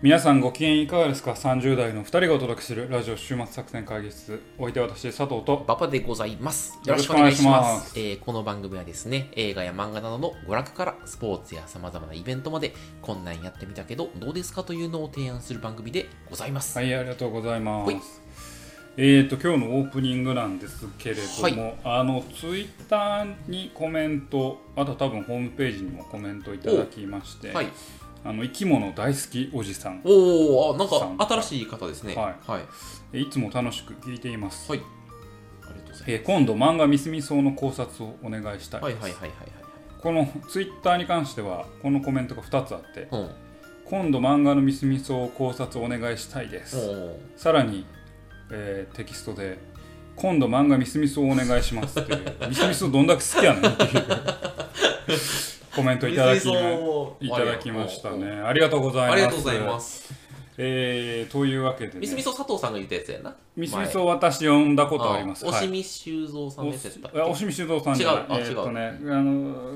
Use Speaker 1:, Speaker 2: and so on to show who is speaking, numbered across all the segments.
Speaker 1: 皆さんご機嫌いかがですか ?30 代の2人がお届けするラジオ週末作戦会議室。おいて私、佐藤と。
Speaker 2: ババでございます。
Speaker 1: よろしくお願いします
Speaker 2: よろくお願いしえーこの番組はですね、映画や漫画などの娯楽からスポーツや様々なイベントまで、こんなんやってみたけど、どうですかというのを提案する番組でございます。
Speaker 1: はい、ありがとうございま
Speaker 2: ほい
Speaker 1: す。えっ、と、今日のオープニングなんですけれども、あの、ツイッターにコメント、あと多分ホームページにもコメントいただきまして、
Speaker 2: はい。
Speaker 1: あの生き物大好きおじさん、
Speaker 2: おお、あ、なん
Speaker 1: さん
Speaker 2: か新しい方ですね。
Speaker 1: はい
Speaker 2: はい。
Speaker 1: えいつも楽しく聞いています。
Speaker 2: はいありがとうござい
Speaker 1: えー今度、漫画ミスミソウの考察をお願いしたい
Speaker 2: ま
Speaker 1: で
Speaker 2: す。はい
Speaker 1: す。
Speaker 2: はいはいはい
Speaker 1: このツイッターに関しては、このコメントが2つあって、
Speaker 2: はい。
Speaker 1: 今度漫画のミスミソウ考察お願いしたいで
Speaker 2: うん。
Speaker 1: す。
Speaker 2: おお。
Speaker 1: さらに、えーテキストで、今度漫画ミスミソウお願いしますって いう、ミスミソウどんだけ好きやねんっていうコメントいただきまいただきましたね。ありがとうございます。
Speaker 2: ありがとうございま。す。
Speaker 1: えー、というわけで、ね、
Speaker 2: みすみそ佐藤さんが言ったやつやな。
Speaker 1: ミスミソウ私呼んだことあります。
Speaker 2: お
Speaker 1: はい
Speaker 2: しみ修造さんのやつやったっけ。
Speaker 1: おおしみ修造さんじゃない
Speaker 2: 違うあ
Speaker 1: えーっとね、あの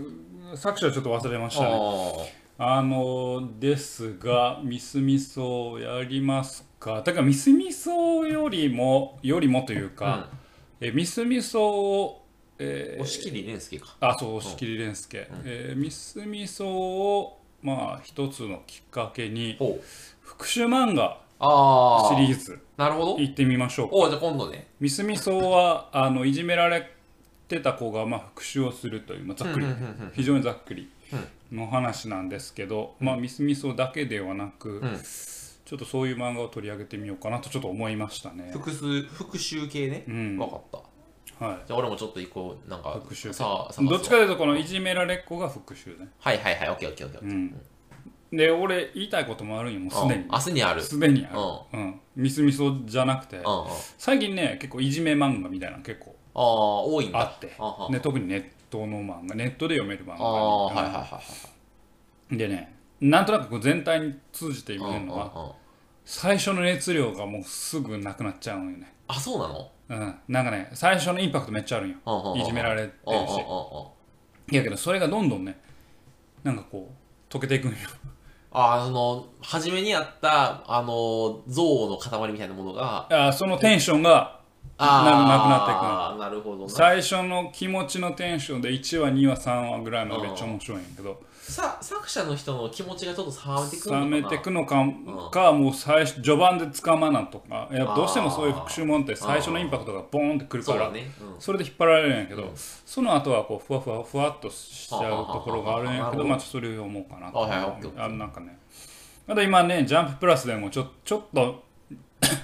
Speaker 1: ー作者ちょっと忘れましたね。
Speaker 2: あー
Speaker 1: あのですが、ミスミソやりますか、だからミスミソよりも、よりもというか、えミスミソを、え
Speaker 2: う
Speaker 1: ー
Speaker 2: ん、押切蓮介か。
Speaker 1: あ、そう、押切蓮介、えーミスミソを、まあ、一つのきっかけに、
Speaker 2: ほう。
Speaker 1: 復讐漫画
Speaker 2: ああ。
Speaker 1: シリーズ、
Speaker 2: なるほど。
Speaker 1: 行ってみましょうか。
Speaker 2: おうじゃあ今度ね。
Speaker 1: ミスミソは、あのいじめられてた子が、まあ、復讐をするという、まあ、ざっくり
Speaker 2: うんうんうんうん
Speaker 1: 非常にざっくりの話なんですけど、まあ、ミスミソだけではなく、
Speaker 2: ん
Speaker 1: ちょっとそういう漫画を取り上げてみようかなとちょっと思いましたね。
Speaker 2: 複数、復習系ね。
Speaker 1: ん
Speaker 2: わかった。
Speaker 1: は
Speaker 2: じゃあ俺もちょっと一個、なんか、
Speaker 1: 復習
Speaker 2: さあ、探
Speaker 1: い、
Speaker 2: すわ
Speaker 1: どっちかというとこのいじめられっ子が復讐ね。
Speaker 2: はいはいはい、オッケーオッケーオッケー。
Speaker 1: うんで俺言いたいこともあるんよもうすでに
Speaker 2: うん明日にある。
Speaker 1: すでにある、うんミスミソじゃなくて
Speaker 2: うんうん。あ
Speaker 1: 最近ね結構いじめ漫画みたいなの結構
Speaker 2: あー、多いんだ。
Speaker 1: あって
Speaker 2: あは
Speaker 1: で特にネットの漫画ネットで読める漫画に
Speaker 2: あー、はいはい
Speaker 1: うん
Speaker 2: はいはい。
Speaker 1: でねなんとなくこう全体に通じて見えるのは
Speaker 2: うんうんうん
Speaker 1: 最初の熱量がもうすぐなくなっちゃうんよね
Speaker 2: あ、そうな
Speaker 1: う
Speaker 2: の
Speaker 1: んなんかね最初のインパクトめっちゃあるんよ
Speaker 2: うんうんうんうん
Speaker 1: いじめられて
Speaker 2: うんうんうん
Speaker 1: るしいやけどそれがどんどんねなんかこう溶けていくんよ
Speaker 2: ああの、初めにあった、あの、像の塊みたいなものが、
Speaker 1: あーそのテンションが
Speaker 2: ああ、なくなっていく。なるほどな。
Speaker 1: 最初の気持ちのテンションで1話2話3話ぐらいまでめっちゃ面白いんやけど
Speaker 2: さ作者の人の気持ちがちょっと冷めてくる
Speaker 1: 冷
Speaker 2: のかな
Speaker 1: めてくのかかもう最初序盤でつかまなとかやっぱどうしてもそういう復讐もんって最初のインパクトがボーンってくるか
Speaker 2: そう
Speaker 1: ら
Speaker 2: だね。うん
Speaker 1: それで引っ張られるんやけど、その後はこうふわふわふわっとしちゃうところがあるんや
Speaker 2: はあはあはあはあ
Speaker 1: け
Speaker 2: な
Speaker 1: ど
Speaker 2: るほど
Speaker 1: まあちょっとそれを思うかなと
Speaker 2: あはいオッケーオッケー
Speaker 1: あのなんかねまだ今ね「ジャンププラス」でもちょちょっと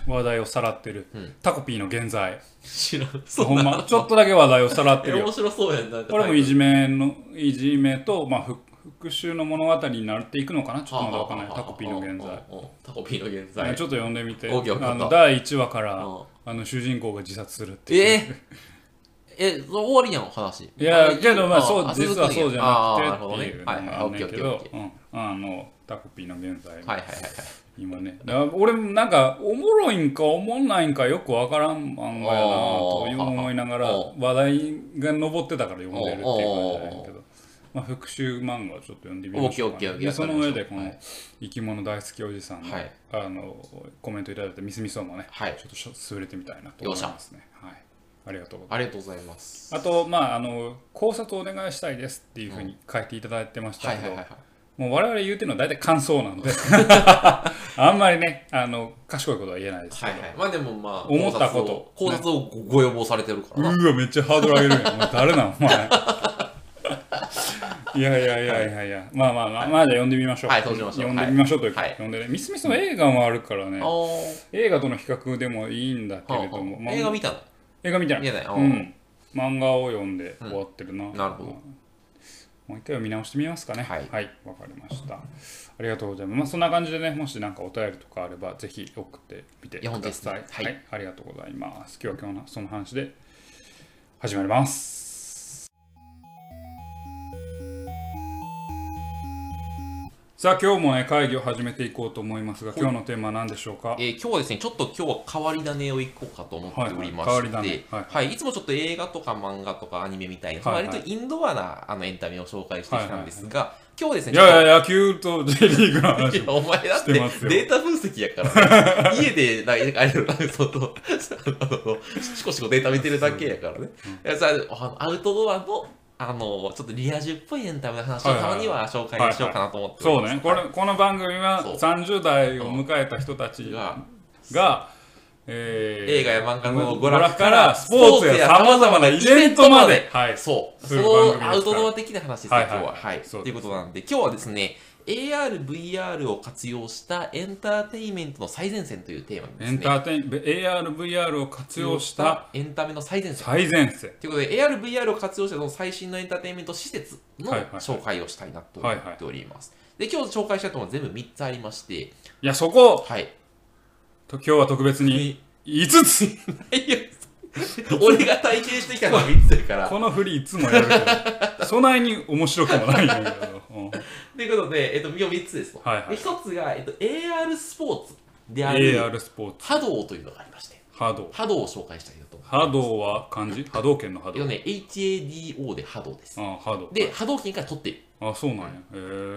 Speaker 1: 話題をさらってる、タコピーの現在
Speaker 2: 知らん。そ
Speaker 1: ほ
Speaker 2: ん
Speaker 1: ん
Speaker 2: な
Speaker 1: まちょっとだけ話題をさらって
Speaker 2: え
Speaker 1: るよ
Speaker 2: 面白そうやん。なんか
Speaker 1: これもいじめのいじめと、まあ、復復讐の物語になっていくのかなちょっとまだわかんないタコピーの現在
Speaker 2: 在。タコピーの現
Speaker 1: あの
Speaker 2: 在。
Speaker 1: ちょっと読んでみて
Speaker 2: オッケーオッケー
Speaker 1: あの第1話から
Speaker 2: うん
Speaker 1: あの主人公が自殺するっていう
Speaker 2: えーえ、それ終わりやん、話。
Speaker 1: いやけどまあそう
Speaker 2: あ
Speaker 1: 実はそうじゃな
Speaker 2: あー
Speaker 1: くてっていうの
Speaker 2: なるほどねはい
Speaker 1: が
Speaker 2: はい
Speaker 1: あ
Speaker 2: オ
Speaker 1: ん
Speaker 2: ッ
Speaker 1: ね
Speaker 2: ケー
Speaker 1: ん
Speaker 2: オッ
Speaker 1: け
Speaker 2: ケーオ
Speaker 1: ど
Speaker 2: ッケ
Speaker 1: う
Speaker 2: ー
Speaker 1: んあのタコピーの現在
Speaker 2: はいはいはいはい。
Speaker 1: 今ねだから俺もなんかおもろいんかおもんないんかよくわからん漫画やなという思いながら
Speaker 2: あー
Speaker 1: 話題が上ってたから読んでるっていう感じなんやけど。まあ、復讐漫画をちょっと読んでみましょうか、
Speaker 2: オッケーオッケーオッケー
Speaker 1: でその上で
Speaker 2: わか
Speaker 1: こ
Speaker 2: り
Speaker 1: の
Speaker 2: ましたはい
Speaker 1: 生き物大好きおじさんの,、
Speaker 2: はい
Speaker 1: あのコメントいただいたミスミソウもね、
Speaker 2: はい
Speaker 1: ちょっとしょ優れてみたいなと思いますね、はい、ありがとうございます
Speaker 2: ありがとうございます。
Speaker 1: あと、まあ、あの考察をお願いしたいですっていうふうに書いていただいてまし
Speaker 2: は
Speaker 1: たけ
Speaker 2: いはいはいは
Speaker 1: ど
Speaker 2: い、。
Speaker 1: もう我々言うてるのは大体感想なんで、 あんまりね、あの賢いことは言えないですけ
Speaker 2: は
Speaker 1: ど、
Speaker 2: いはい。まあでもまあ、
Speaker 1: 思ったこと
Speaker 2: 考察を考察をご要望されてるからな。
Speaker 1: うーわ、めっちゃハードル上げるやん、もう誰なん、お前。 いやいやいやいやいや、まあまあまあ、まあじゃあ呼んでみましょう。
Speaker 2: はいそうしましょう
Speaker 1: 呼んでみましょうというか、
Speaker 2: はい
Speaker 1: 呼んでね、ミスミスの映画もあるからね
Speaker 2: あ、ー
Speaker 1: 映画との比較でもいいんだけれども、
Speaker 2: うん
Speaker 1: まあ
Speaker 2: 映画見たの
Speaker 1: 映画見たい
Speaker 2: 見てないあー
Speaker 1: うん、漫画を読んで終わってるな、
Speaker 2: んなるほど
Speaker 1: もう一回見直してみますかね
Speaker 2: はい
Speaker 1: わ、かりましたありがとうございます、まあ、そんな感じでねもし何かお便りとかあればぜひ送ってみてく
Speaker 2: いや本当
Speaker 1: だ
Speaker 2: です
Speaker 1: さ
Speaker 2: ね
Speaker 1: い
Speaker 2: はい
Speaker 1: はい、ありがとうございます今日は今日のその話で始まりますさあ今日もね会議を始めていこうと思いますが
Speaker 2: ほい
Speaker 1: 今日のテーマは何でしょうか
Speaker 2: えー今日はですね、ちょっと今日は変わり種をいこうかと思っておりま
Speaker 1: はい
Speaker 2: して、
Speaker 1: いはい変わり種はい
Speaker 2: い、つもちょっと映画とか漫画とかアニメみたいな、
Speaker 1: はいはい
Speaker 2: 割とインドアなあのエンタメを紹介してきたんですが、今日はですね、
Speaker 1: いやいや野球と J リーグの
Speaker 2: ちょ
Speaker 1: 話
Speaker 2: っといやお前だっ
Speaker 1: し
Speaker 2: てデ
Speaker 1: てますよ
Speaker 2: ータ分析やか ら、ね、家でなんかあれだそうとあのシコシコデータ見てるだけやからね、いやさあアウトドアのあのちょっとリア充っぽいエンタメの話を
Speaker 1: はいはい
Speaker 2: た
Speaker 1: はい
Speaker 2: まには紹介しようかなと思ってお
Speaker 1: そ
Speaker 2: り
Speaker 1: う
Speaker 2: ます
Speaker 1: ねこれこの番組は
Speaker 2: そう
Speaker 1: 30代を迎えた人たちが
Speaker 2: が
Speaker 1: えー
Speaker 2: 映画や漫画の娯
Speaker 1: 娯
Speaker 2: 楽
Speaker 1: 楽
Speaker 2: か
Speaker 1: からら
Speaker 2: ス
Speaker 1: ス
Speaker 2: ポ
Speaker 1: ポ
Speaker 2: ー
Speaker 1: ー
Speaker 2: ツ
Speaker 1: ツ
Speaker 2: や
Speaker 1: や
Speaker 2: 様
Speaker 1: 様
Speaker 2: 々
Speaker 1: 々な
Speaker 2: なイ
Speaker 1: イ
Speaker 2: ベ
Speaker 1: ベ
Speaker 2: ン
Speaker 1: ン
Speaker 2: ト
Speaker 1: ト
Speaker 2: ま
Speaker 1: ま
Speaker 2: で
Speaker 1: ではい
Speaker 2: そうそ
Speaker 1: そういう番組です
Speaker 2: の
Speaker 1: から
Speaker 2: アウトドア的な話ですね
Speaker 1: はい
Speaker 2: 今
Speaker 1: はい
Speaker 2: 日ははい
Speaker 1: そうです
Speaker 2: ということなんで今日はですね ARVR を活用したエンターテインメントの最前線というテーマにで
Speaker 1: エ
Speaker 2: す
Speaker 1: ン
Speaker 2: ね
Speaker 1: ターテイン ARVR を活用した
Speaker 2: エンタメの最前線
Speaker 1: 最前線
Speaker 2: ということで ARVR を活用したその最新のエンターテインメント施設の
Speaker 1: はいはいはい
Speaker 2: 紹介をしたいなと思っております、で今日紹介したいと思うのは全部3つありまして
Speaker 1: いやそこを
Speaker 2: はい
Speaker 1: と今日は特 別に5つ
Speaker 2: いや 俺が体験してきたのは3つだから
Speaker 1: この振りいつもやるけ どそないに面白くもないんだけど、うん
Speaker 2: ということで、えっと、今日3つですと。
Speaker 1: はいはい
Speaker 2: で1つが、えっと、AR スポーツである、
Speaker 1: AR スポーツ
Speaker 2: 波動というのがありまして、
Speaker 1: 波動
Speaker 2: 波動を紹介したいなと。
Speaker 1: 波動は漢字波動拳の波
Speaker 2: えっと
Speaker 1: 動
Speaker 2: ね、HADO で波動です。
Speaker 1: あ波動
Speaker 2: で、波動拳から取っている。
Speaker 1: あそうなんやへ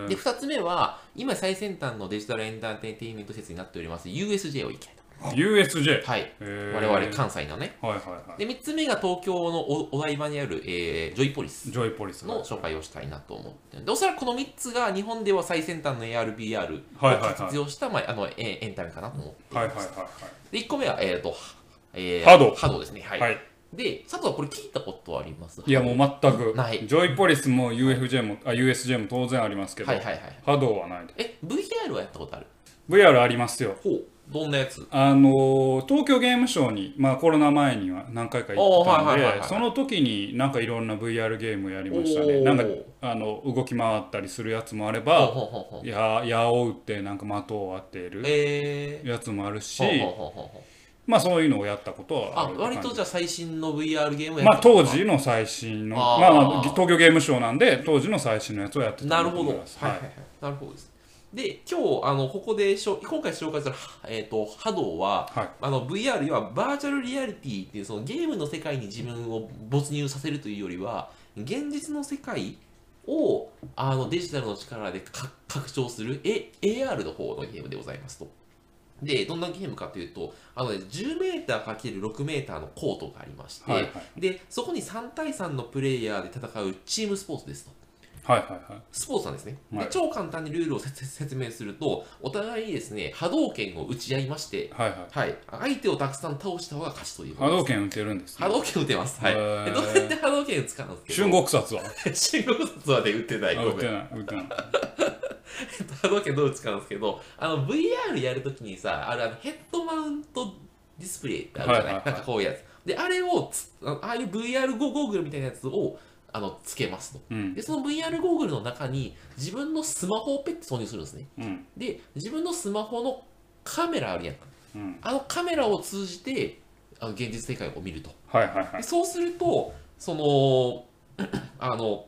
Speaker 2: で、
Speaker 1: え
Speaker 2: 2つ目は、今最先端のデジタルエンターテインメント施設になっております、USJ を行きたい
Speaker 1: USJ
Speaker 2: と。はい。
Speaker 1: へ
Speaker 2: 我
Speaker 1: ー
Speaker 2: 々、関西のね。
Speaker 1: はいはいはい
Speaker 2: で、3つ目が東京のおお台場にある、えージョイポリス。
Speaker 1: ジョイポリス
Speaker 2: の紹介をしたいなと思ってるでおそらくこの3つが日本では最先端の ARBR
Speaker 1: はいはいは
Speaker 2: を
Speaker 1: い
Speaker 2: 活用した、まあ、あのエエンタメかなと思っています、
Speaker 1: はいはいはい
Speaker 2: で1個目は、えーとえー
Speaker 1: 波動
Speaker 2: 波動ですね、はい
Speaker 1: はい、はい、
Speaker 2: で佐藤はこれ聞いたことはあります
Speaker 1: いやもう全く
Speaker 2: ない
Speaker 1: ジョイポリスも UFJ もあ USJ も当然ありますけど、
Speaker 2: はいはいはい
Speaker 1: 波動はないで
Speaker 2: え VR はやったことある
Speaker 1: VR ありますよ
Speaker 2: ほうどんなやつ
Speaker 1: あのー東京ゲームショウに、まあ、コロナ前には何回か行ってた
Speaker 2: おーは
Speaker 1: の
Speaker 2: いはいはい
Speaker 1: で
Speaker 2: はい
Speaker 1: その時になんかいろんな VR ゲームやりましたね
Speaker 2: おー
Speaker 1: なんかあの動き回ったりするやつもあれ
Speaker 2: ほう
Speaker 1: ば
Speaker 2: ほうほうほう
Speaker 1: や矢を打ってなんか的を当てる
Speaker 2: えー
Speaker 1: やつもあるし
Speaker 2: ほうほうほうほうほう
Speaker 1: まあそういうのをやったことは
Speaker 2: あ
Speaker 1: あるって感じ
Speaker 2: 割とじゃあ最新の VR ゲームをや
Speaker 1: まあ
Speaker 2: ったこと
Speaker 1: 当
Speaker 2: が
Speaker 1: 時の最新の
Speaker 2: あー
Speaker 1: まあまあ東京ゲームショウなんで当時の最新のやつをやってたん
Speaker 2: な
Speaker 1: だ
Speaker 2: る
Speaker 1: と
Speaker 2: ほ
Speaker 1: 思
Speaker 2: ど。はいい
Speaker 1: ます
Speaker 2: はいはい。なるほどです。で、今日、あの、ここでしょ、今回紹介する、はえっ、と、波動は、
Speaker 1: はい
Speaker 2: あの、VR、要はバーチャルリアリティっていう、そのゲームの世界に自分を没入させるというよりは、現実の世界を、あの、デジタルの力でか拡張する、A、AR の方のゲームでございますと。で、どんなゲームかというと、あのね、10メーター ×6 メーターのコートがありまして、
Speaker 1: はいはい
Speaker 2: で、そこに3対3のプレイヤーで戦うチームスポーツですと。
Speaker 1: はいはいはい
Speaker 2: スポーツなんですね。
Speaker 1: はい
Speaker 2: で超簡単にルールを説説明すると、お互いにですね、波動拳を打ち合いまして、
Speaker 1: はいはい
Speaker 2: はい、相手をたくさん倒した方が勝ちという
Speaker 1: 波
Speaker 2: こと
Speaker 1: 動
Speaker 2: です。
Speaker 1: 拳打てるんですね
Speaker 2: 波動拳打てます。はい。
Speaker 1: へー
Speaker 2: でどうやって波動拳打つかなんですけど、
Speaker 1: 春国殺は
Speaker 2: 信号札はね、打てない。
Speaker 1: あ
Speaker 2: ご
Speaker 1: 打
Speaker 2: め
Speaker 1: て
Speaker 2: ん。
Speaker 1: ない打てない
Speaker 2: 波動拳どう打つかなんですけど、あの、VR やるときにさ、あれ、あのヘッドマウントディスプレイってあるじゃない,、
Speaker 1: はいはいはい
Speaker 2: なんかこういうやつ。で、あれをつ、あああいう VR ゴーグルみたいなやつを、あの、つけますと。
Speaker 1: うん
Speaker 2: で、その VR ゴーグルの中に、自分のスマホをペッて挿入するんですね。
Speaker 1: うん
Speaker 2: で自分のスマホのカメラあるやん
Speaker 1: うん
Speaker 2: あのカメラを通じてあの現実世界を見ると
Speaker 1: はいはいは
Speaker 2: で
Speaker 1: い
Speaker 2: そうするとその あの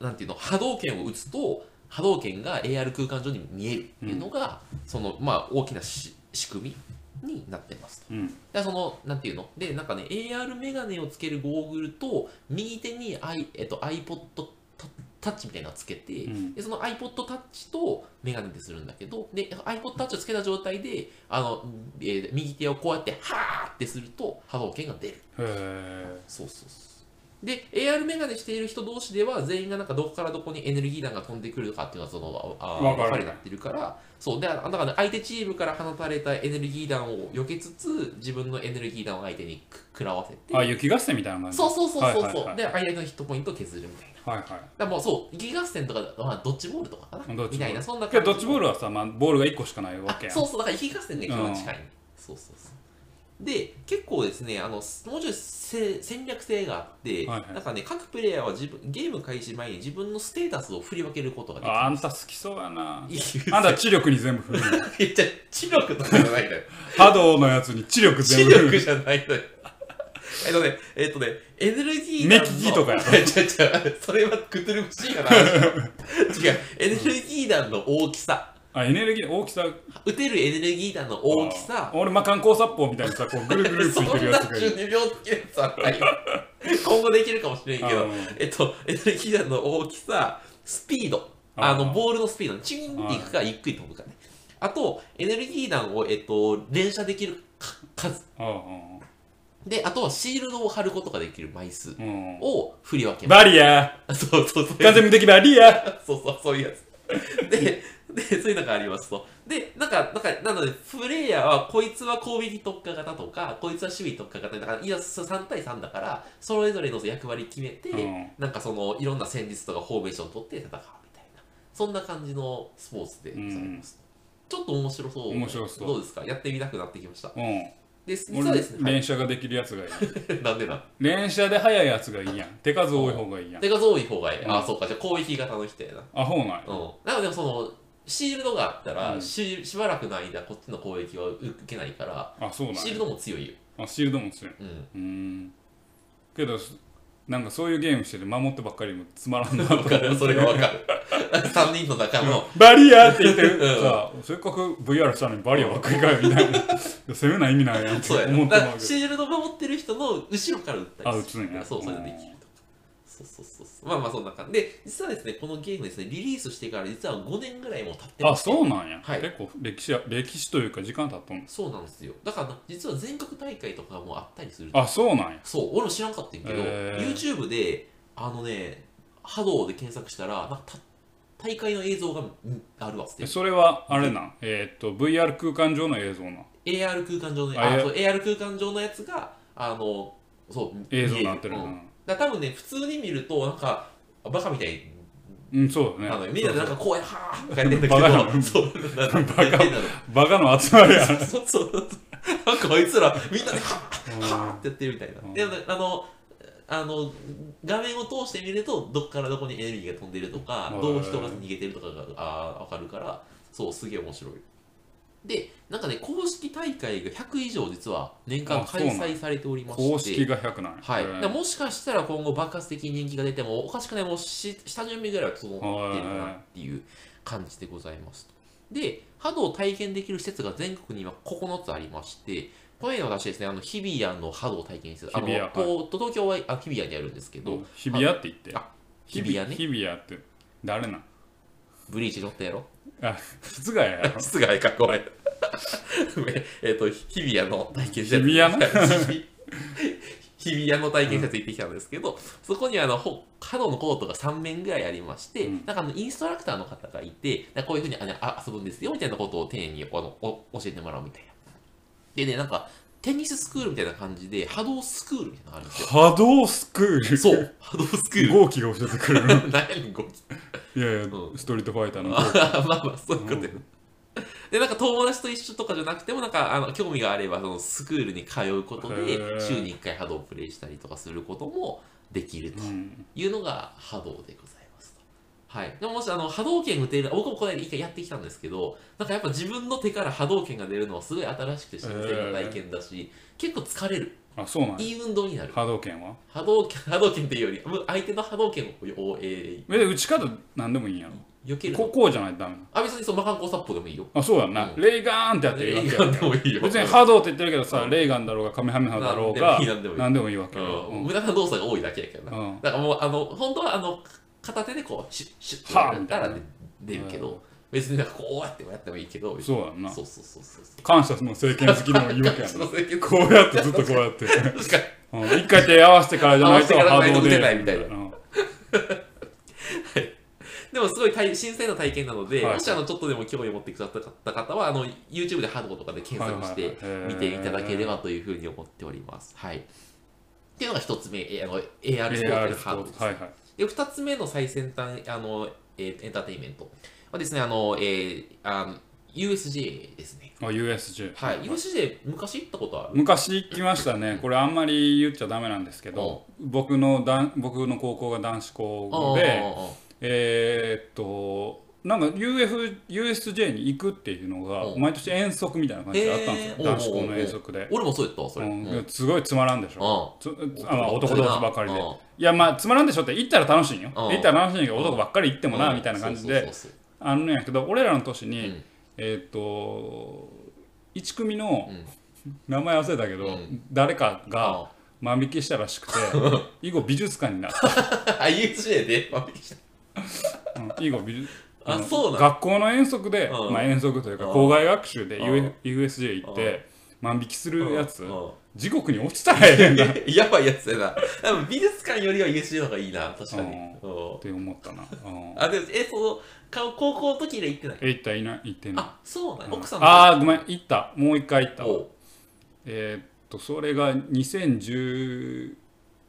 Speaker 2: なんていうの波動拳を打つと波動拳が AR 空間上に見えるっていうのが、そのまあ大きなし仕組みになってますと
Speaker 1: うん
Speaker 2: でそのなんていうのでなんかね AR メガネをつけるゴーグルと右手に、I えっと、iPod タタッチみたいなのをつけて、
Speaker 1: うん
Speaker 2: でその iPod タッチとメガネでするんだけどで iPod タッチをつけた状態であの、えー右手をこうやってはーってすると波動拳が出る
Speaker 1: へえ
Speaker 2: そうそうそうで AR メガネしている人同士では全員がなんかどこからどこにエネルギー弾が飛んでくるかっていうのはそのああ
Speaker 1: わかる
Speaker 2: 分かりになってるからそうであだから、ね、相手チームから放たれたエネルギー弾を避けつつ自分のエネルギー弾を相手にく食らわせて
Speaker 1: あ雪合戦みたいな感じ
Speaker 2: そうそうそうそうそう、
Speaker 1: はいはいはい
Speaker 2: で相手のヒットポイントを削るみたいな
Speaker 1: はいは
Speaker 2: だからもうそう、ギガス戦とか、まあ、ドッジボールとかかな
Speaker 1: ドッジボール
Speaker 2: みたいな、そんない
Speaker 1: けどドッジボー
Speaker 2: ル
Speaker 1: ルはさ、まあ、ボールが1個しかないわけやん
Speaker 2: そうそう、だからギガス戦ね、基
Speaker 1: うん
Speaker 2: 本近い、ねそうそうそう。で、結構ですね、あのもうちょいせ戦略性があって、
Speaker 1: はいはい
Speaker 2: なんかね、各プレイヤーは自分ゲーム開始前に自分のステータスを振り分けることができる。
Speaker 1: ああんた好きそうやなあん
Speaker 2: い
Speaker 1: た知力に全部振るの
Speaker 2: や、じゃあ知力とかじゃないのよ。
Speaker 1: 波動のやつに知力
Speaker 2: 知
Speaker 1: 全部振る
Speaker 2: 力じゃないのよ。えっとね、えっとね、エネルギー
Speaker 1: 目利きとかや
Speaker 2: 違
Speaker 1: ろ
Speaker 2: う違う、それはクトゥルフシ ーかな。違う、エネルギー弾の大きさ。
Speaker 1: あエネルギー大きさ
Speaker 2: 打てるエネルギー弾の大きさ。
Speaker 1: 俺まあ観光殺法みたいにさこうぐるぐるつ
Speaker 2: そん
Speaker 1: いてる
Speaker 2: な
Speaker 1: やつがいる
Speaker 2: 12秒つけるやつはないよ。今後できるかもしれんけ
Speaker 1: う
Speaker 2: ど
Speaker 1: ん、
Speaker 2: えっと、エネルギー弾の大きさ、スピード、
Speaker 1: あ
Speaker 2: あの、ボールのスピード、チューンっていくか、ゆっくり飛ぶかね。あと、エネルギー弾を、えっと、連射できるか数。
Speaker 1: うん
Speaker 2: で、あとはシールドを貼ることができる枚数
Speaker 1: うんうん
Speaker 2: を振り分けま
Speaker 1: バリア
Speaker 2: す。 そうそうそう。
Speaker 1: ー完全無敵バリアー
Speaker 2: そうそう、そういうやつ。 で、で、そういうのがありますと。で、なんか、なんか、なので、プレイヤーは、こいつは攻撃特化型とか、こいつは守備特化型だから、いや、3対3だから、それぞれの役割決めて、
Speaker 1: うん
Speaker 2: なんかその、いろんな戦術とかフォーメーション取って戦うみたいな、そんな感じのスポーツでございます。ちょっと面白そう。
Speaker 1: 面白そう
Speaker 2: どうですかやってみたくなってきました。
Speaker 1: う
Speaker 2: で、実
Speaker 1: ん
Speaker 2: はです
Speaker 1: 俺
Speaker 2: ね、
Speaker 1: 連射ができるやつがいい
Speaker 2: はい、 なんでなん
Speaker 1: 連射で速いやつがいいやん手数多い方がいいやん
Speaker 2: 手数多い方がいい。
Speaker 1: うん
Speaker 2: あ、そうか、じゃあ攻撃型の人やな。
Speaker 1: アホない
Speaker 2: うん、なのでそのシールドがあったら、
Speaker 1: うん
Speaker 2: ししばらくの間こっちの攻撃は受けないから
Speaker 1: あそうなんや
Speaker 2: シールドも強いよ、
Speaker 1: あシールドも強い
Speaker 2: うん、
Speaker 1: うーんけどなんかそういうゲームしてて守ってばっかりもつまらんなと思
Speaker 2: 分か るそれが分
Speaker 1: る
Speaker 2: かる3 人の中の
Speaker 1: バリアーって言ってる
Speaker 2: うん
Speaker 1: さあせっかく VR したのにバリアばっかりかよみたいないや攻めない意味ないやんって
Speaker 2: そうや
Speaker 1: 思
Speaker 2: な
Speaker 1: って
Speaker 2: だ
Speaker 1: ま
Speaker 2: か
Speaker 1: う
Speaker 2: ら
Speaker 1: けど
Speaker 2: シールド守ってる人の後ろから撃った
Speaker 1: あ
Speaker 2: り
Speaker 1: 撃つんや
Speaker 2: そうそれでできるとかそうそうそうそうまあまあそんな感じで実はですねこのゲームですねリリースしてから実は5年ぐらいも経ってま
Speaker 1: あ
Speaker 2: す
Speaker 1: そうなんや、
Speaker 2: はい
Speaker 1: 結構歴史や歴史というか時間経ったん
Speaker 2: そうなんですよだから実は全国大会とかもあったりする
Speaker 1: あそうなんや
Speaker 2: そう俺も知らんかったんやけど、
Speaker 1: へー
Speaker 2: YouTube であのね波動で検索したらなんかた大会の映像がうんあるわっつ
Speaker 1: え
Speaker 2: って
Speaker 1: それはあれなんえーっと VR 空間上の映像なん
Speaker 2: AR 空間上の
Speaker 1: あ
Speaker 2: あ
Speaker 1: いや
Speaker 2: そう AR 空間上のやつがあのそう
Speaker 1: 映像になってる
Speaker 2: 見
Speaker 1: な
Speaker 2: えうんだから多分ね普通に見るとなんかバカみたいに
Speaker 1: うんそうだ
Speaker 2: なの
Speaker 1: ね
Speaker 2: よみんなでなんかこうやはーとかやってんだけど
Speaker 1: バカなの
Speaker 2: そうなんか
Speaker 1: バカ
Speaker 2: やってんだろ
Speaker 1: バカの集まりや
Speaker 2: そうそうそうなんかあいつらみんなではー
Speaker 1: うん
Speaker 2: はーってやってるみたいな、
Speaker 1: うん
Speaker 2: であのあの画面を通して見るとどっからどこにエネルギーが飛んでるとか、
Speaker 1: うん
Speaker 2: どう人が逃げてるとかがあーわかるからそうすげえ面白いでなんかね公式大会が100以上実は年間
Speaker 1: あそう
Speaker 2: 開
Speaker 1: なん
Speaker 2: 催されておりまして
Speaker 1: 公式が100なんや
Speaker 2: はい、
Speaker 1: へ
Speaker 2: だ
Speaker 1: ー
Speaker 2: からもしかしたら今後爆発的に人気が出てもおかしくないもうし下準備ぐらいは整っているかなっていう感じでございますで波動を体験できる施設が全国に今9つありましてこれ私ですねあの日比谷の波動を体験施設あの
Speaker 1: 日比谷
Speaker 2: こう東京はあ日比谷にあるんですけど
Speaker 1: 日比谷って言って
Speaker 2: あ日比谷ね
Speaker 1: 日比谷って誰 なん
Speaker 2: ブリーチ乗ったやろ
Speaker 1: あ室外やろ
Speaker 2: 室外かこれごめんえっと日比谷の体験施設
Speaker 1: 日比谷の
Speaker 2: 日 日比谷の体験施設行ってきたんですけど、そこにあのほ角のコートが3面ぐらいありまして、
Speaker 1: うん
Speaker 2: なんかあのインストラクターの方がいて、なんかこういうふうにあのあ遊ぶんですよみたいなことを丁寧にあのお教えてもらうみたいな。でね、なんかテニススクールみたいな感じで、波動スクールみたいなのがあるんですよ。
Speaker 1: 波動スクー ル
Speaker 2: そう、波動スクール。
Speaker 1: 号機が教えてくれる
Speaker 2: 何やねん、ゴキ
Speaker 1: いやいや
Speaker 2: うん
Speaker 1: ストリートファイター の
Speaker 2: あまあまあそういうことよ、
Speaker 1: う
Speaker 2: でなんか友達と一緒とかじゃなくてもなんかあの興味があればそのスクールに通うことで
Speaker 1: へー
Speaker 2: 週に1回波動をプレイしたりとかすることもできると
Speaker 1: うん
Speaker 2: いうのが波動でございますと。はい、でももしあの波動拳打てる僕もこの間一回やってきたんですけどなんかやっぱ自分の手から波動拳が出るのはすごい新しくて新鮮な体験だし、結構疲れる
Speaker 1: あそうなんや
Speaker 2: いい運動になる
Speaker 1: 波動拳は
Speaker 2: 波動拳波動拳っていうよりむ相手の波動拳をこうえ
Speaker 1: えで打ち方なんでもいいんやろ
Speaker 2: ー避ける
Speaker 1: ここうじゃないとダメなの
Speaker 2: あ別にその魔漢光殺法でもいいよ
Speaker 1: あそうやんな
Speaker 2: うん
Speaker 1: レイガーンってやってるわけや
Speaker 2: 映画でもいいよ。
Speaker 1: 別に波動って言ってるけどさレイガンだろうがカメハメハだろうが
Speaker 2: なんでもいいなんでもいい
Speaker 1: 何でもいいわけよ
Speaker 2: うん無駄な動作が多いだけやけどな。
Speaker 1: うん
Speaker 2: だからもう、あの、本当はあの、片手でこう、シュッシュッって
Speaker 1: はあ
Speaker 2: やったらで出るけ
Speaker 1: う
Speaker 2: ど、別になんかこうやってもやってもいいけど、
Speaker 1: そうやんな
Speaker 2: そうそうそうそうそう。
Speaker 1: 感謝の政権好きでもいいわけやん
Speaker 2: そうそう
Speaker 1: こうやってずっとこうやって
Speaker 2: 確かに
Speaker 1: うん一回手合わせてからじゃないと
Speaker 2: 合わせ
Speaker 1: 波動
Speaker 2: てからじゃないと打
Speaker 1: でう
Speaker 2: てないみたいな
Speaker 1: ん
Speaker 2: でもすごい体新鮮な体験なので、
Speaker 1: はい
Speaker 2: もしあのちょっとでも興味を持ってくださった方は、あの YouTube でハードとかで検索し
Speaker 1: は
Speaker 2: て
Speaker 1: いはいはい
Speaker 2: 見ていただければというふうに思っております。はい。っていうのが一つ目、えあの AR スポー
Speaker 1: AR
Speaker 2: ツで
Speaker 1: ス
Speaker 2: ハ
Speaker 1: ポ
Speaker 2: ード
Speaker 1: ー
Speaker 2: です
Speaker 1: ツ。はいはい
Speaker 2: で2つ目の最先端あの、えーエンターテインメントはですね、あの、えーあの USJ ですね。
Speaker 1: あ USJ
Speaker 2: はい、USJ 昔行ったことある
Speaker 1: 昔行きましたねこれあんまり言っちゃダメなんですけど僕のだん僕の高校が男子校
Speaker 2: あ
Speaker 1: で
Speaker 2: ああああ
Speaker 1: えーっとなんか UF USJ に行くっていうのが
Speaker 2: うん
Speaker 1: 毎年遠足みたいな感じであったんですよ、
Speaker 2: へー
Speaker 1: 男子校の遠足で、
Speaker 2: 俺もそうやったわそれ、
Speaker 1: う
Speaker 2: うんん
Speaker 1: すごいつまらんでしょ、
Speaker 2: あ
Speaker 1: つあまあ男同士ばっかりで、
Speaker 2: うん
Speaker 1: いやまあつまらんでしょって行ったら楽しいんよ、
Speaker 2: うん
Speaker 1: 行ったら楽しいんやけど男ばっかり行ってもな、みたいな感じで
Speaker 2: そうそうそう
Speaker 1: あのねやけど俺らの年に、
Speaker 2: うん
Speaker 1: えーっと1組の
Speaker 2: うん
Speaker 1: 名前忘れたけど、
Speaker 2: うん
Speaker 1: 誰か
Speaker 2: あ
Speaker 1: が万引きしたらし くて以後美術館になった、
Speaker 2: あ、USJ で万引きした。
Speaker 1: うん以後美術
Speaker 2: あ
Speaker 1: の
Speaker 2: そうなの
Speaker 1: 学校の遠足で、
Speaker 2: うん
Speaker 1: まあ、遠足というか
Speaker 2: うん
Speaker 1: 校外学習で
Speaker 2: うん
Speaker 1: UF USJ 行って万引きするやつ
Speaker 2: うん
Speaker 1: 地獄に落ちたらええんだっ
Speaker 2: うんやばいやつやな。でも美術館よりは USJ の方がいいな、確かに。
Speaker 1: うん
Speaker 2: うん
Speaker 1: て思ったな、うん、
Speaker 2: あ、でも、え、その、か高校の時以来行ってない。
Speaker 1: え行ったいない行ってない
Speaker 2: あ、そうなんや奥さん
Speaker 1: ああごめん行ったもう一回行った
Speaker 2: おう
Speaker 1: えーっとそれが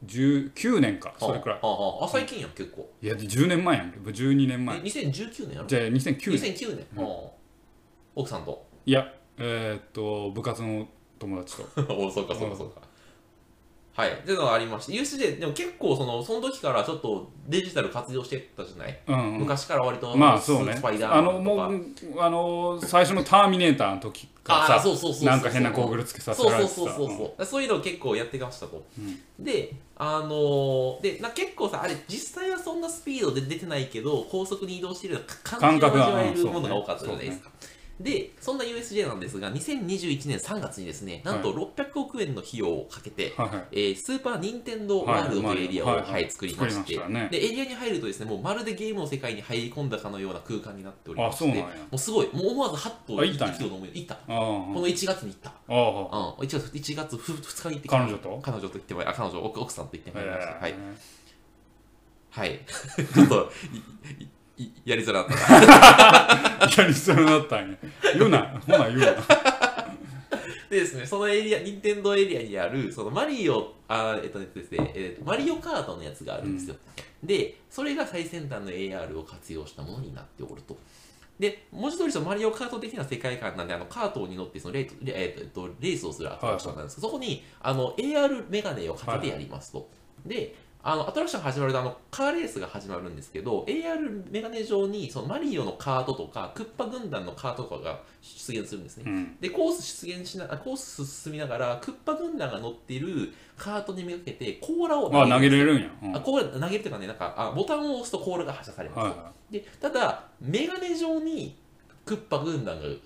Speaker 1: 2019年かそれくらい
Speaker 2: あああ、最近やん、結構。
Speaker 1: いや10年前やんけ12年
Speaker 2: え、
Speaker 1: 前
Speaker 2: 2019年やろ
Speaker 1: じゃあ2009年
Speaker 2: 2009年。
Speaker 1: うん
Speaker 2: ああ奥さんと。
Speaker 1: いやえーっと部活の友達と
Speaker 2: おそうか、そうか、そうか。はい。っていうのがありまして、USJ、でも結構、その、その時からちょっとデジタル活用してたじゃない
Speaker 1: うん、うん、
Speaker 2: 昔から割と、
Speaker 1: まあそうね
Speaker 2: スパイダ
Speaker 1: あ
Speaker 2: ーマンとか
Speaker 1: のもうあの最初の「ターミネーター」の時か
Speaker 2: あ
Speaker 1: ら
Speaker 2: ー
Speaker 1: さ
Speaker 2: そうそうそうそう
Speaker 1: なんか変なゴーグルつけさせ
Speaker 2: そう
Speaker 1: られ
Speaker 2: そう
Speaker 1: てさ
Speaker 2: そうそうそう、そういうのを結構やってましたと、
Speaker 1: うん
Speaker 2: であのーでな結構さあれ実際はそんなスピードで出てないけど高速に移動してるような
Speaker 1: 感
Speaker 2: 感じを
Speaker 1: 覚が
Speaker 2: 味わえ
Speaker 1: う
Speaker 2: る
Speaker 1: んそう
Speaker 2: も
Speaker 1: ね
Speaker 2: のが多かったじゃないですか、でそんな USJ なんですが2021年3月にですねなんと600億円の費用をかけて、
Speaker 1: はいはい
Speaker 2: えースーパー・ニンテンドー・ワールドというエリアを、
Speaker 1: は
Speaker 2: はいい
Speaker 1: はい
Speaker 2: 作りまして
Speaker 1: 作りましたね
Speaker 2: でエリアに入るとですねもうまるでゲームの世界に入り込んだかのような空間になっておりま
Speaker 1: あ
Speaker 2: し
Speaker 1: そ
Speaker 2: て
Speaker 1: うなんや
Speaker 2: もうすごいもう思わずハッと
Speaker 1: あ行ったんや
Speaker 2: 息を飲むよ行った
Speaker 1: あ
Speaker 2: こ
Speaker 1: ー
Speaker 2: の1月に行った
Speaker 1: あー
Speaker 2: うん、1月 ,1 月 2, 日に行ってきた
Speaker 1: 彼女と
Speaker 2: 彼女と行ってまいあ彼女奥奥さんと行ってまいりました、
Speaker 1: えー
Speaker 2: はいはい ちょっといいいやりづらかったな
Speaker 1: やりそうになったんや言うなほな言うな
Speaker 2: でですねそのエリア任天堂エリアにあるそのマリオあえっとですね、えっと、マリオカートのやつがあるんですよ、でそれが最先端の AR を活用したものになっておるとで文字通りそのマリオカート的な世界観なんであのカートに乗ってそのレートレえっとえっとレースをするアトラクションなんですけど、そこにあの AR メガネをかけてやりますと、であのアトラクション始まるとあのカーレースが始まるんですけど AR メガネ上にそのマリオのカートとかクッパ軍団のカートとかが出現するんですね、
Speaker 1: うん
Speaker 2: でコース出現しなあコース進みながらクッパ軍団が乗っているカートにめがけて甲羅を
Speaker 1: あ投
Speaker 2: る
Speaker 1: げれるんやうん
Speaker 2: あ甲羅投げるというかねなんかあボタンを押すと甲羅が発射されます、
Speaker 1: は
Speaker 2: でただメガネ状にクッパ軍団がう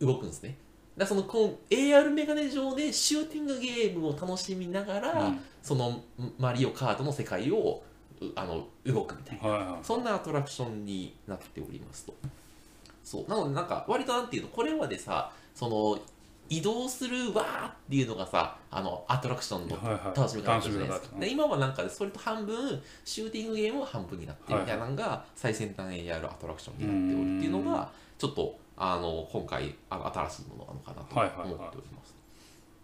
Speaker 2: 動くんですねだからそのこの AR メガネ上でシューティングゲームを楽しみなが
Speaker 1: い
Speaker 2: ら、
Speaker 1: はい
Speaker 2: そのマリオカートの世界をうあの動くみたいな
Speaker 1: うんはいはい
Speaker 2: そんなアトラクションになっておりますと。そうなのでなんか割となんていうのこれまでさその移動するわーっていうのがさあのアトラクションの
Speaker 1: はいはい
Speaker 2: 楽しみ方だったじゃな
Speaker 1: 楽し
Speaker 2: いです
Speaker 1: み
Speaker 2: か
Speaker 1: 方、だ
Speaker 2: で今はなんかそれと半分シューティングゲームは半分になってるみたいなのが最先端 AR アトラクションになっておるっていうのがちょっとあの今回あの新しいものなのか
Speaker 1: はいは
Speaker 2: な
Speaker 1: い
Speaker 2: と
Speaker 1: はい
Speaker 2: 思っております。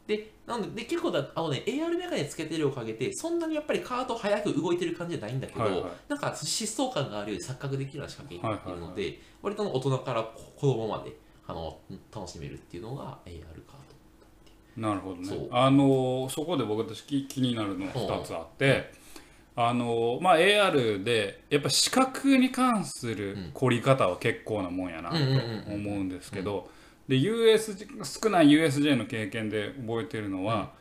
Speaker 2: でなのでで結構だあの、ね、AR メガネつけてるおかげでそんなにやっぱりカート早く動いてる感じじゃないんだけど、
Speaker 1: はいはい
Speaker 2: なんか疾走感があるように錯覚できるような仕掛けになっているので、
Speaker 1: は
Speaker 2: 割と大人から子供まであの楽しめるっていうのが AR カート。
Speaker 1: なるほど
Speaker 2: そ
Speaker 1: ね
Speaker 2: う
Speaker 1: あのーそこで僕私気気になるのが2つあってあのーまあ AR でやっぱ視覚に関する凝り方は結構なもんやなと
Speaker 2: うんうんうんうん
Speaker 1: 思うんですけどで USJ 少ない USJ の経験で覚えてるのは、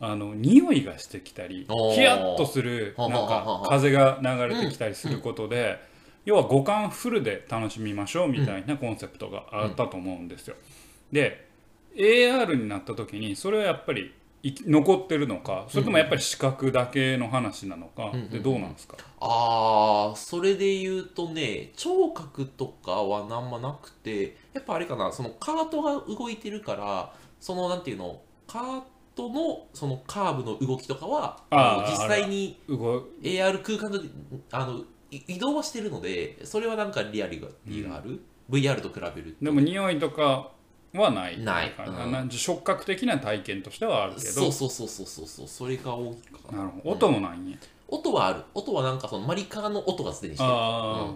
Speaker 1: あの匂いがしてきたり
Speaker 2: おー
Speaker 1: ヒヤッとするなん
Speaker 2: はははは
Speaker 1: か
Speaker 2: は
Speaker 1: 風が流れてきたりすることで要は五感フルで楽しみましょうみたいなコンセプトがあったと思うんですよ。で AR になった時にそれはやっぱり生き残ってるのかそれともやっぱり視覚だけの話なのか
Speaker 2: うんうん
Speaker 1: でどうなんですか
Speaker 2: あーそれで言うとね聴覚とかはなんもなくてやっぱあれかなそのカートが動いてるからそのなんていうのカートのそのカーブの動きとかは
Speaker 1: あー
Speaker 2: あの実際に
Speaker 1: 動
Speaker 2: AR 空間であのい移動はしてるのでそれはなんかリアリティがある、VR と比べると
Speaker 1: でも匂いとかはない
Speaker 2: ないうん
Speaker 1: な触覚的な体験としてはあるけど
Speaker 2: そうそうそうそうそうそうそれが大きいかな
Speaker 1: なるほど音もないんや、
Speaker 2: 音はある音はなんかそのマリカーの音がすでにしてる
Speaker 1: あ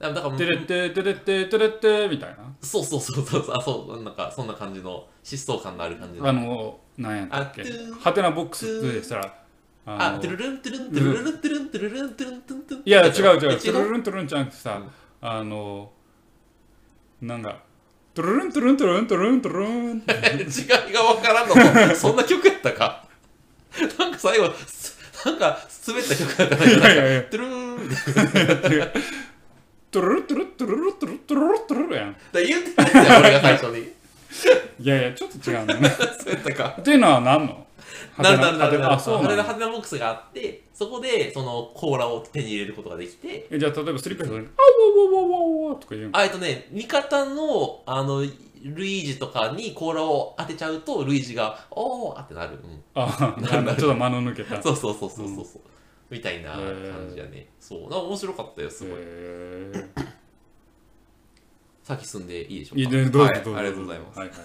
Speaker 2: だからだか
Speaker 1: あ
Speaker 2: ら
Speaker 1: テレッテテレッテテレッテみたいな
Speaker 2: そうそうそうそうそうあそうなんかそんな感じの疾走感のある感じの
Speaker 1: あのなんやったっけ
Speaker 2: あトゥー
Speaker 1: ハテナボックスってしたら
Speaker 2: あ
Speaker 1: の
Speaker 2: トゥルルントゥルントゥルルントゥルントゥルルントゥルントゥルントゥルン
Speaker 1: いや違う違うトゥ
Speaker 2: え
Speaker 1: ルルントゥルンじゃなくてさあのなんかトゥルルントゥルントゥルントゥルントゥルンって
Speaker 2: 違いが分からんの もそんな曲やったかなんか最後すなんか滑った曲やった
Speaker 1: いやい
Speaker 2: な
Speaker 1: やいや
Speaker 2: トゥルーンって
Speaker 1: トゥルルトゥルトゥルルトゥルトゥルルトゥルルやん
Speaker 2: だから言ってたやつや俺が最初に
Speaker 1: いやいやちょっと違うんだよね
Speaker 2: そうやったか
Speaker 1: っていうのは何の
Speaker 2: なるなるな
Speaker 1: はて
Speaker 2: るなる
Speaker 1: あそう
Speaker 2: ハ
Speaker 1: な
Speaker 2: テナ
Speaker 1: の
Speaker 2: ハテナボックスがあってそこでそのコーラを手に入れることができて
Speaker 1: えじゃあ例えばスリッパした時に「あわわわわわわ」とか言うの
Speaker 2: あえっとね味方のあのルイージとかにコーラを当てちゃうとルイージが「おー!」ってなる、うん、
Speaker 1: あ
Speaker 2: なる
Speaker 1: なんだちょっと間の抜けた
Speaker 2: そうそうそうそうそうそう、みたいな
Speaker 1: へー
Speaker 2: 感じやねそうなんか面白かったよすごい
Speaker 1: へ
Speaker 2: 先進んでいいでしょ
Speaker 1: ーいうい
Speaker 2: か
Speaker 1: ねどうぞ
Speaker 2: はい
Speaker 1: どうぞ
Speaker 2: ありがとうございます
Speaker 1: はいはい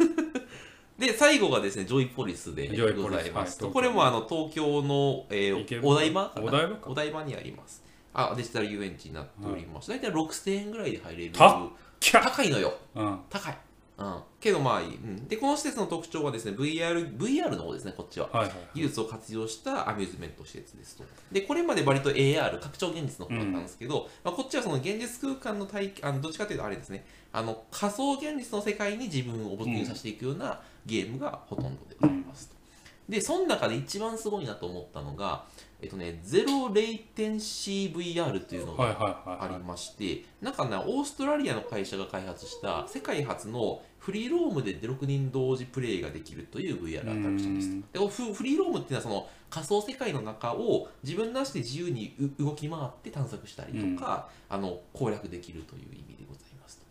Speaker 2: で最後がですねジョイポリスで
Speaker 1: ジョイポリス
Speaker 2: ございます、
Speaker 1: はい
Speaker 2: これもあの東京の、え
Speaker 1: いけ
Speaker 2: ー、
Speaker 1: る
Speaker 2: お台場かな
Speaker 1: お台場か
Speaker 2: お台場にありますあデジタル遊園地になっております、大体6000円ぐらいで入れる
Speaker 1: たキャッ
Speaker 2: 高いのよ
Speaker 1: うん
Speaker 2: 高いうんけどまあいい、うん、でこの施設の特徴はですね VR, VR の方ですねこっちは
Speaker 1: はいはい
Speaker 2: 技術を活用したアミューズメント施設ですと。で、これまで割と AR、拡張現実の方だったんですけど、まあ、こっちはその現実空間の体あのどっちかというとあれですね、あの仮想現実の世界に自分を没入させていくようなゲームがほとんどでございますと。で、その中で一番すごいなと思ったのが、えっとね、ゼロレイテンシー VR というのが
Speaker 1: はいはい
Speaker 2: あ
Speaker 1: はい
Speaker 2: り
Speaker 1: は
Speaker 2: まして、なんかね、オーストラリアの会社が開発した世界初のフリーロームで6人同時プレイができるという VR アトラクションです
Speaker 1: うん
Speaker 2: と。でこのフフリーロームっていうのはその仮想世界の中を自分なしで自由にう動き回って探索したりとか、あの攻略できるという意味でございますと。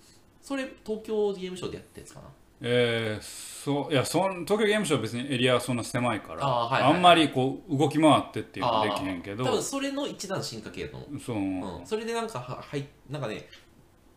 Speaker 2: それ、東京ゲームショーでやったやつかな。
Speaker 1: えーそういやそん東京ゲームショウは別にエリアはそんな狭いから
Speaker 2: あーはいはいはい
Speaker 1: あんまりこう動き回ってっていうのはで
Speaker 2: あー
Speaker 1: きへんけ
Speaker 2: 多分
Speaker 1: ど
Speaker 2: それの一段進化系だと思う。
Speaker 1: そう
Speaker 2: うん、それでなんかは、はい、なんかね、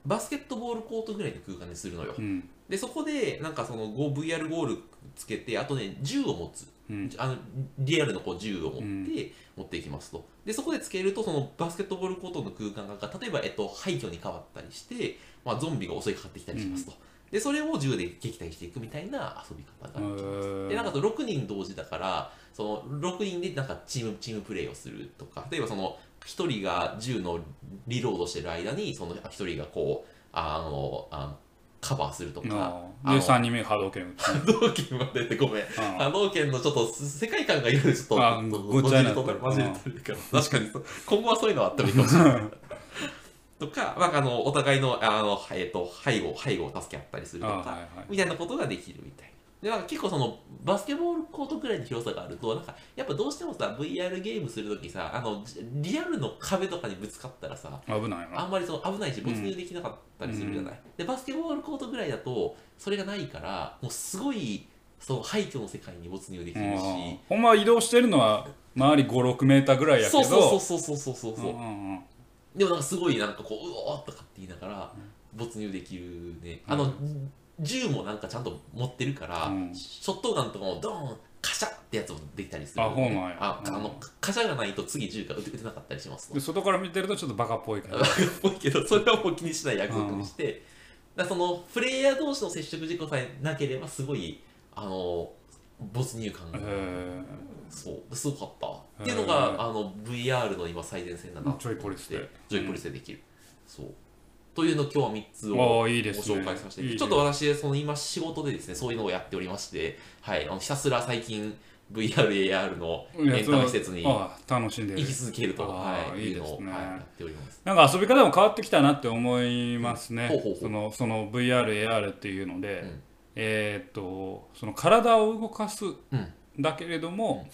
Speaker 2: バスケットボールコートぐらいの空間にするのよ。
Speaker 1: うん
Speaker 2: でそこでなんかそのゴ VR ゴールつけてあとね銃を持つ、
Speaker 1: うん
Speaker 2: あのリアルのこう銃を持って、
Speaker 1: うん
Speaker 2: 持っていきますとでそこでつけるとそのバスケットボールコートの空間が例えば、えっと、廃墟に変わったりして、まあ、ゾンビが襲いかかってきたりしますと、でそれを銃で撃退していくみたいな遊び方が
Speaker 1: え
Speaker 2: できますでな
Speaker 1: ー
Speaker 2: んかその6人同時だからその6人でなんかチームチームプレーをするとか例えばその1人が銃のリロードしてる間にその1人がこうあのあカバーするとか
Speaker 1: あ
Speaker 2: あ
Speaker 1: ー
Speaker 2: の
Speaker 1: で3人目波動拳打
Speaker 2: 波動拳まで出てごめん
Speaker 1: つうん
Speaker 2: 波動拳のちょっと世界観がいろいろちょっと
Speaker 1: あご
Speaker 2: 混
Speaker 1: っち
Speaker 2: じ
Speaker 1: ゃに
Speaker 2: り
Speaker 1: なっ
Speaker 2: と
Speaker 1: て
Speaker 2: る
Speaker 1: る
Speaker 2: 混じりとるから確かにそう今後はそういうのはあってもいいかもしれ ないとかなんかあのお互いのあの、えっと背後背後を助け合ったりすると
Speaker 1: あー
Speaker 2: か
Speaker 1: はいはい
Speaker 2: みたいなことができるみたいな。でなんか結構そのバスケボールコートくらいの広さがあるとなんかやっぱどうしてもさ VR ゲームするときさあのじリアルの壁とかにぶつかったらさ
Speaker 1: 危ない
Speaker 2: あ
Speaker 1: なん
Speaker 2: まりその危ないし没入できなかったりするじゃない、でバスケボールコートぐらいだとそれがないからもうすごいその廃墟の世界に没入できるし
Speaker 1: うんほんまは移動してるのは周り56メーターぐらいやけ
Speaker 2: そう
Speaker 1: ど
Speaker 2: そうそうそうそうそうそう、
Speaker 1: うんうんうん
Speaker 2: でもなんかすごいなんかこううおーっとかって言いながら没入できるね、あ
Speaker 1: う
Speaker 2: の銃もなんかちゃんと持ってるから、
Speaker 1: うん
Speaker 2: ショットガンとかもドーンカシャってやつもできたりする、
Speaker 1: あほうなんや
Speaker 2: あ
Speaker 1: うん
Speaker 2: あのカシャがないと次銃が撃て撃てなかったりします
Speaker 1: で外から見てるとちょっとバカっぽいから
Speaker 2: バカっぽいけどそれはもう気にしない約束にして、だからそのプレイヤー同士の接触事故さえなければすごいあの没入感が、
Speaker 1: え
Speaker 2: そうすごかった、
Speaker 1: ー
Speaker 2: っていうのがあの VR の今最前線だなと思って
Speaker 1: ジョイポリスで
Speaker 2: ジョイポリスでできる、そうというのを今日は3つ
Speaker 1: ー、
Speaker 2: を
Speaker 1: おーいい
Speaker 2: ご
Speaker 1: ですね
Speaker 2: 紹介させて、
Speaker 1: いいね
Speaker 2: ちょっと私その今仕事でですねそういうのをやっておりまして、はい、あのひたすら最近 VRAR のエンタメ施設に
Speaker 1: いやそうあ楽しんでる
Speaker 2: 行き続けると、
Speaker 1: あー
Speaker 2: はい、
Speaker 1: いい
Speaker 2: いう
Speaker 1: で
Speaker 2: の
Speaker 1: す
Speaker 2: を、
Speaker 1: ね
Speaker 2: はい、やっております
Speaker 1: なんか遊び方も変わってきたなって思いますね、
Speaker 2: ほうほうほう
Speaker 1: そのその VR、AR っていうので、
Speaker 2: うん
Speaker 1: えーっとその体を動かす
Speaker 2: うん
Speaker 1: だけれども、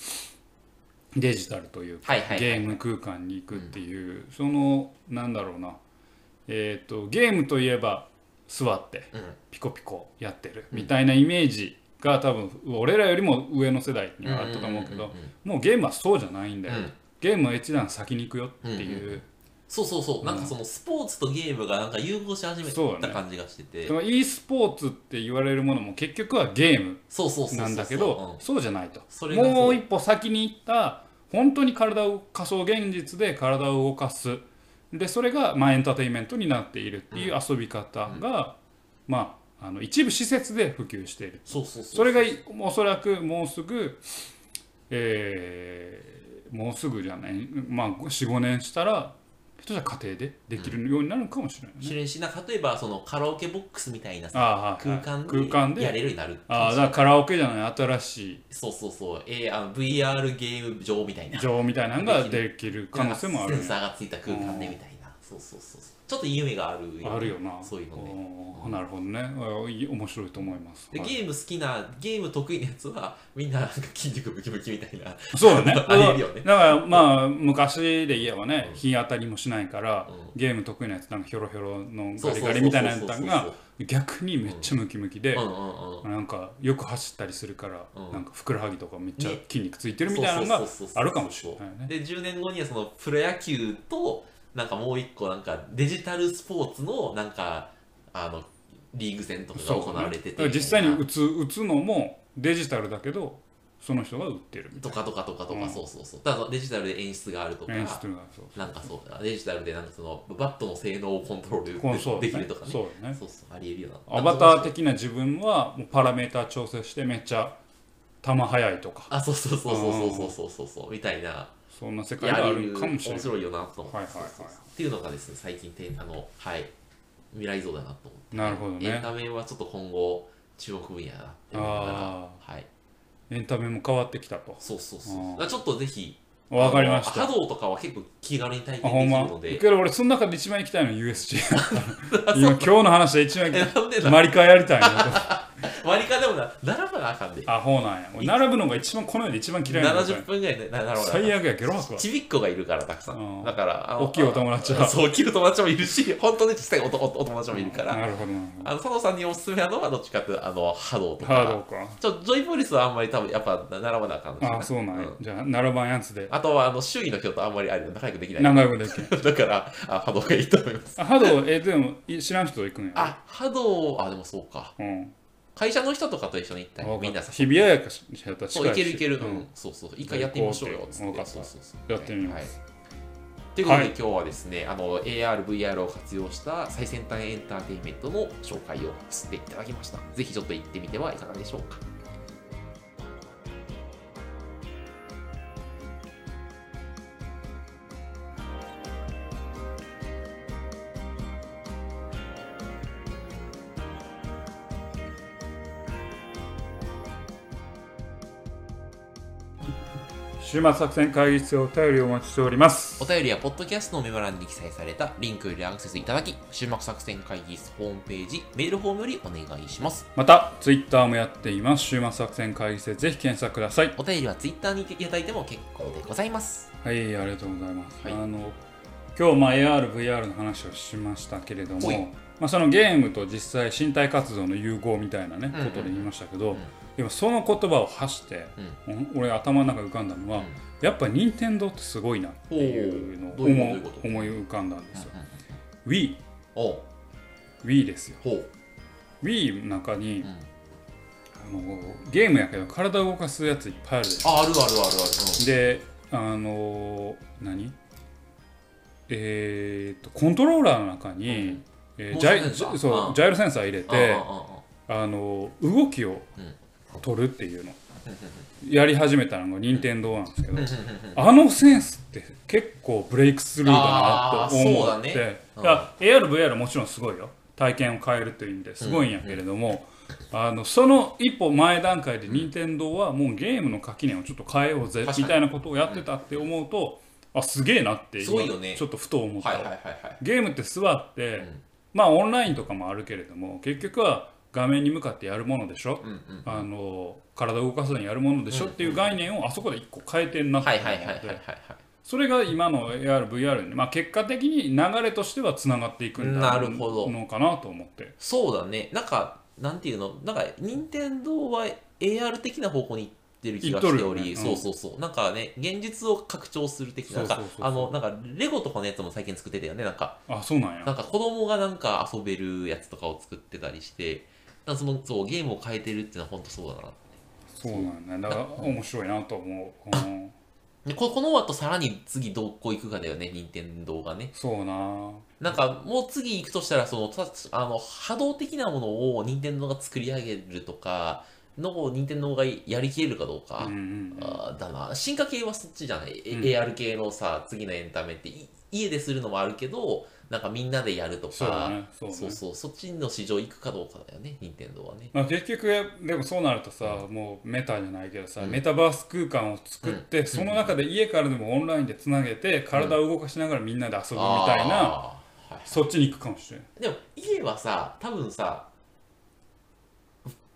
Speaker 1: デジタルというか、
Speaker 2: はいはいはい
Speaker 1: ゲーム空間に行くっていう、そのなんだろうな、えーっとゲームといえば座って
Speaker 2: うん
Speaker 1: ピコピコやってるみたいなイメージが多分俺らよりも上の世代にはあったと思うけど、
Speaker 2: んんん
Speaker 1: もうゲームはそうじゃないんだよ、
Speaker 2: うん
Speaker 1: ゲームは一段先に行くよっていう。
Speaker 2: うんうんそうそうそう、なんかそのスポーツとゲームがなんか融合し始め
Speaker 1: そうだ
Speaker 2: た
Speaker 1: ね
Speaker 2: 感じがしてて
Speaker 1: その e スポーツって言われるものも結局はゲーム
Speaker 2: そうそうそうそう
Speaker 1: なんだけ
Speaker 2: うん
Speaker 1: どそうじゃないと
Speaker 2: それがそう
Speaker 1: もう一歩先に行った本当に体を仮想現実で体を動かすでそれがまあエンターテインメントになっているっていう遊び方がまああの一部施設で普及している
Speaker 2: そうそうそう
Speaker 1: それがいおそらくもうすぐえーもうすぐじゃないまあ45年したらひょっとしたら家庭でできるようになるのかもしれない
Speaker 2: 知
Speaker 1: ね。
Speaker 2: れんしな例えばそのカラオケボックスみたいなさ
Speaker 1: ああ、は
Speaker 2: 空
Speaker 1: い
Speaker 2: 間で
Speaker 1: 空間で
Speaker 2: やれるようになる
Speaker 1: ああ、だからカラオケじゃない、新し
Speaker 2: そうそうそう、えー、あの VR ゲーム上みたい
Speaker 1: い
Speaker 2: な
Speaker 1: 情みたいなのができる可能性もある
Speaker 2: セン
Speaker 1: ね
Speaker 2: サーがついた空間でみたいな、そうそうそうそうちょっと夢がある
Speaker 1: あるよな。
Speaker 2: そういうのね
Speaker 1: おーなるほどね。あいい面白いと思います。
Speaker 2: で
Speaker 1: はい
Speaker 2: ゲーム好きなゲーム得意なやつはみんななんか筋肉ムキムキみたいな
Speaker 1: そうだね。だ
Speaker 2: ありえるよね
Speaker 1: からまあ昔で言えばね、日当たりもしないから
Speaker 2: うん、
Speaker 1: ゲーム得意なやつ、なんかヒョロヒョロの
Speaker 2: そう
Speaker 1: ガ
Speaker 2: そ
Speaker 1: リガ
Speaker 2: うそうそ
Speaker 1: リ
Speaker 2: う
Speaker 1: みたいなやつ
Speaker 2: そう
Speaker 1: が逆にめっちゃムキムキで
Speaker 2: う、んうんうん
Speaker 1: なんかよく走ったりするから
Speaker 2: うん、
Speaker 1: なんかふくらはぎとかめっちゃ
Speaker 2: ね
Speaker 1: 筋肉ついてるみたいなのが
Speaker 2: そうそうそうそ
Speaker 1: あ
Speaker 2: う
Speaker 1: るかもしれないね。
Speaker 2: で10年後にはそのプロ野球となんかもう一個なんかデジタルスポーツのなんかあのリーグ戦とかが行われ
Speaker 1: だ
Speaker 2: てて
Speaker 1: から実際に打つ打つのもデジタルだけどその人が打ってるみた
Speaker 2: と
Speaker 1: い
Speaker 2: かとかとかとか、
Speaker 1: うん
Speaker 2: そうそうそうだからデジタルで演出があるとか
Speaker 1: な演出がそう
Speaker 2: なんかそうデジタルでなんかそのバットの性能をコントロール
Speaker 1: こうそう
Speaker 2: できるとかね
Speaker 1: そう
Speaker 2: そ
Speaker 1: だ
Speaker 2: う
Speaker 1: ね
Speaker 2: そうありえるよな
Speaker 1: アバター的な自分はもうパラメーター調整してめっちゃ球速いとか
Speaker 2: あそうそうそうそうそうそうそうそうみたいな
Speaker 1: そんな世
Speaker 2: い
Speaker 1: 界
Speaker 2: や
Speaker 1: が
Speaker 2: あ
Speaker 1: あ
Speaker 2: り
Speaker 1: る
Speaker 2: 得
Speaker 1: か
Speaker 2: る
Speaker 1: も
Speaker 2: 面
Speaker 1: しれない
Speaker 2: 白いよなと思って、
Speaker 1: はいはいはい
Speaker 2: そうそうそうっていうのがですね最近てあのはい未来像だなと思って
Speaker 1: なるほど
Speaker 2: エン
Speaker 1: ね
Speaker 2: タメはちょっと今後注目分野だなって思いなが
Speaker 1: あ
Speaker 2: らはい
Speaker 1: ーエンタメも変わってきたと
Speaker 2: そうそうそう
Speaker 1: あー
Speaker 2: だからちょっとぜひ
Speaker 1: わかりました
Speaker 2: 波動とかは結構気軽に体
Speaker 1: あほ
Speaker 2: 験
Speaker 1: ん
Speaker 2: でき
Speaker 1: ま
Speaker 2: るので
Speaker 1: けど俺その中で一番行きたいのは USJ 今今日の話で一番
Speaker 2: え
Speaker 1: 行き
Speaker 2: なんで
Speaker 1: たい
Speaker 2: だ
Speaker 1: マリカやり たいな
Speaker 2: 割り勘でもな並ばなあかんで
Speaker 1: あほうなんや俺並ぶのが一番この世で一番嫌いなの
Speaker 2: 70分ぐらいでななるほど
Speaker 1: 最悪やゲロ吐くわ
Speaker 2: ちびっ子がいるからたくさ
Speaker 1: うんん
Speaker 2: だからあの
Speaker 1: 大きいお友達は
Speaker 2: そう大きいお友達もいるし本当に小さいおとおお友達もいるから
Speaker 1: なるほどなるほど
Speaker 2: あの佐藤さんにおすすめなのはどっちかっていうとあの波動と
Speaker 1: ハード
Speaker 2: か
Speaker 1: か
Speaker 2: ちょジョイポリスはあんまり多分やっぱ並ばなあかんのし
Speaker 1: あそうなんや、じゃあ並ばんやつで
Speaker 2: あとはあの周囲の人とあんまりあれ仲良くできない
Speaker 1: 長いことで きん
Speaker 2: だからあ波動がいいと思います
Speaker 1: あハードえでもい知らん人と行くんや
Speaker 2: あ波動あでもそうか
Speaker 1: うん
Speaker 2: 会社の人とかと一緒に行ったりみんなさ
Speaker 1: 日比谷やかしやったら
Speaker 2: そういけるいける、う
Speaker 1: うんん、
Speaker 2: そうそう一回やってみましょうよつ
Speaker 1: わかった
Speaker 2: そうそうそう
Speaker 1: やってみま
Speaker 2: はい
Speaker 1: す、
Speaker 2: ということで、
Speaker 1: はい
Speaker 2: 今日はですね、あの AR、VR を活用した最先端エンターテインメントの紹介をさせていただきました。ぜひちょっと行ってみてはいかがでしょうか。
Speaker 1: 週末作戦会議室へお便りをお待ちしております
Speaker 2: お便りは、ポッドキャストのメモ欄に記載されたリンクよりアクセスいただき、終幕作戦会議室ホームページ、メールフォームよりお願いします。
Speaker 1: またツイッターもやっています週末作戦会議室でぜひ検索ください
Speaker 2: お便りは Twitter にいただいても結構でございます。
Speaker 1: はいありがとうございます、
Speaker 2: はい
Speaker 1: あの今日まあ ARVR の話をしましたけれど
Speaker 2: ほい
Speaker 1: もまあ、そのゲームと実際身体活動の融合みたいなね、
Speaker 2: うんうん
Speaker 1: ことで言いましたけど、
Speaker 2: うん
Speaker 1: でもその言葉を発して、お俺頭の中に浮かんだのは、
Speaker 2: うん
Speaker 1: やっぱ任天堂ってすごいなっていうのを
Speaker 2: ほうどういう
Speaker 1: 思
Speaker 2: こと
Speaker 1: う
Speaker 2: どういうこと
Speaker 1: 思い浮かんだんですよ。
Speaker 2: うんうん
Speaker 1: Wii、
Speaker 2: おう
Speaker 1: Wii ですよ。
Speaker 2: ほう。
Speaker 1: Wii の中に、
Speaker 2: う
Speaker 1: あ
Speaker 2: ん
Speaker 1: のゲームやけど体を動かすやついっぱいあるでしょ
Speaker 2: あ、あるあるあるある。
Speaker 1: で、あの何えー、とコントローラーの中
Speaker 2: うんうん
Speaker 1: に、えー
Speaker 2: モー
Speaker 1: ジ
Speaker 2: ショ
Speaker 1: ャイ
Speaker 2: ンセンサー
Speaker 1: ジそう
Speaker 2: うん
Speaker 1: ジャイロセンサー入れて
Speaker 2: あああああ
Speaker 1: あの動きを
Speaker 2: うん
Speaker 1: 取るっていうの
Speaker 2: うんうん
Speaker 1: やり始めたのが任天堂なんですけど
Speaker 2: うんうんうんうん
Speaker 1: あのセンスって結構ブレイクスルーだなと思
Speaker 2: あーそうだ
Speaker 1: って、
Speaker 2: ねうん
Speaker 1: だ ARVR もちろんすごいよ体験を変えるという意味ですごいんやけれども、あのその一歩前段階で任天堂はもうゲームの垣根をちょっと変えようぜ
Speaker 2: 確かに
Speaker 1: みたいなことをやってたって思うと、あすげえなって
Speaker 2: すごいよね
Speaker 1: ちょっとふと思った、
Speaker 2: はいはいはいはい。
Speaker 1: ゲームって座って、
Speaker 2: うん
Speaker 1: まあオンラインとかもあるけれども結局は画面に向かってやるものでしょ、
Speaker 2: うんうん。
Speaker 1: あの体を動かすのにやるものでしょっていう概念をあそこで一個変えてんなって
Speaker 2: はい
Speaker 1: 思って
Speaker 2: はいはいはいはいはい。
Speaker 1: それが今の AR、VR に、まあ、結果的に流れとしてはつながっていくんだ
Speaker 2: なるほど
Speaker 1: のかなと思って。
Speaker 2: そうだね。なんか、なんていうの、なんか、任天堂は AR 的な方向に行ってる気がしており、
Speaker 1: 行っとる
Speaker 2: そ
Speaker 1: よねう
Speaker 2: うんそうそう。なんかね、現実を拡張する的な、なんか
Speaker 1: そうそう、そうそう
Speaker 2: あの、なんか、レゴとかのやつも最近作ってたよね。なんか、
Speaker 1: あ、そうなん
Speaker 2: な
Speaker 1: や。
Speaker 2: んか子供がなんか遊べるやつとかを作ってたりして、なんかその、そう、ゲームを変えてるっていうのは本当そうだな。
Speaker 1: そうなんや。だから面白いなと思う。うん
Speaker 2: でここの後さらに次どこ行くかだよね、任天堂がね。
Speaker 1: そうな。
Speaker 2: なんかもう次行くとしたらそのたあの波動的なものを任天堂が作り上げるとかのを任天堂がやりきれるかどうか、
Speaker 1: うんうん。
Speaker 2: あーだな進化系はそっちじゃない、え
Speaker 1: うん
Speaker 2: AR 系のさ次のエンタメってい家でするのもあるけどなんかみんなでやるとか
Speaker 1: そうだねそうだね
Speaker 2: そうそうそっちの市場行くかどうかだよね任天堂はね
Speaker 1: まあ、結局でもそうなるとさ、もうメタじゃないけどさ、
Speaker 2: うん
Speaker 1: メタバース空間を作って、その中で家からでもオンラインでつなげて体を動かしながらみんなで遊ぶみたいな、
Speaker 2: あーはい
Speaker 1: そっちに行くかもしれない
Speaker 2: でも家はさ多分さ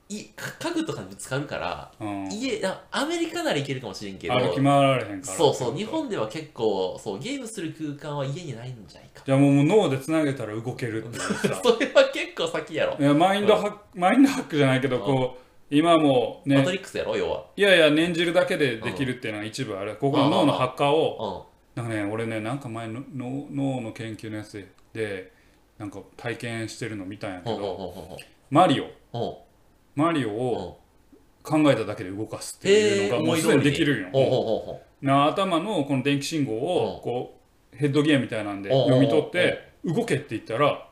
Speaker 2: いか家具とかにぶつかるから、
Speaker 1: うん、
Speaker 2: 家あアメリカなら行けるかもしれんけど
Speaker 1: 歩き回られへんから
Speaker 2: そうそう日本では結構そうゲームする空間は家にないんじゃないか
Speaker 1: じゃあもうもう脳でつなげたら動けるっていうさ
Speaker 2: それは結構先やろ
Speaker 1: いやマインドハック、マインドハックじゃないけどこう今もう
Speaker 2: マト
Speaker 1: ね
Speaker 2: リックスやろ要は、
Speaker 1: いやいや念じるだけでできるっていうのは一部あるここの脳の発火を
Speaker 2: う
Speaker 1: なんかね俺ねなんか前の脳脳の研究のやつでなんか体験してるの見たんやけ
Speaker 2: ん、うんうん
Speaker 1: ど
Speaker 2: うん
Speaker 1: マリオ
Speaker 2: うんうん
Speaker 1: マリオを考えただけで動かすっていうのがもうすでにできるんよ、
Speaker 2: ほうほ
Speaker 1: な頭のこの電気信号
Speaker 2: う
Speaker 1: を
Speaker 2: ん
Speaker 1: こうヘッドギアみたいなんで
Speaker 2: うんうんうん
Speaker 1: 読み取って動けって言ったら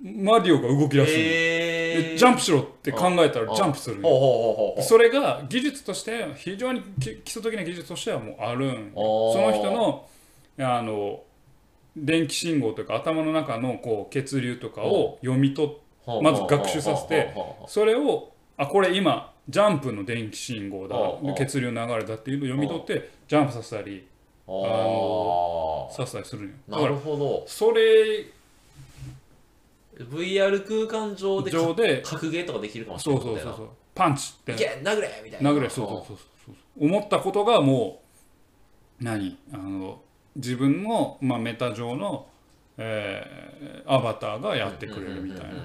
Speaker 1: マリオが動き
Speaker 2: うほ
Speaker 1: 出
Speaker 2: う
Speaker 1: すんよ
Speaker 2: へ
Speaker 1: で
Speaker 2: え
Speaker 1: ジャンプしろって考えたら
Speaker 2: うん
Speaker 1: ジャンプするん
Speaker 2: ほ
Speaker 1: よ
Speaker 2: うほうほうほう
Speaker 1: それが技術として非常にき基礎的な技術としてはもうあるんよ
Speaker 2: おー
Speaker 1: その人のあの電気信号というか頭の中のこう血流とかを読み取って
Speaker 2: ほう
Speaker 1: まず学習させて
Speaker 2: ほうほうほうほう
Speaker 1: それをあこれ今ジャンプの電気信号だ
Speaker 2: うんうん
Speaker 1: 血流流れだっていうのを読み取ってジャンプさせたり
Speaker 2: あ
Speaker 1: させたりするんよ
Speaker 2: あ
Speaker 1: だ
Speaker 2: な
Speaker 1: か
Speaker 2: る
Speaker 1: ら
Speaker 2: ほど
Speaker 1: それ
Speaker 2: VR 空間上でか
Speaker 1: 上で
Speaker 2: 格ゲーとかできるかもしれ
Speaker 1: そ
Speaker 2: な
Speaker 1: う
Speaker 2: い
Speaker 1: そう
Speaker 2: みたい
Speaker 1: そうそ
Speaker 2: な
Speaker 1: うパンチって
Speaker 2: いけ殴れみたいな
Speaker 1: 殴れそうそうそうそうそう思ったことがもう何あの自分の、まあ、メタ上の、えーアバターがやってくれるみたい
Speaker 2: う
Speaker 1: な
Speaker 2: んうんうんうんうん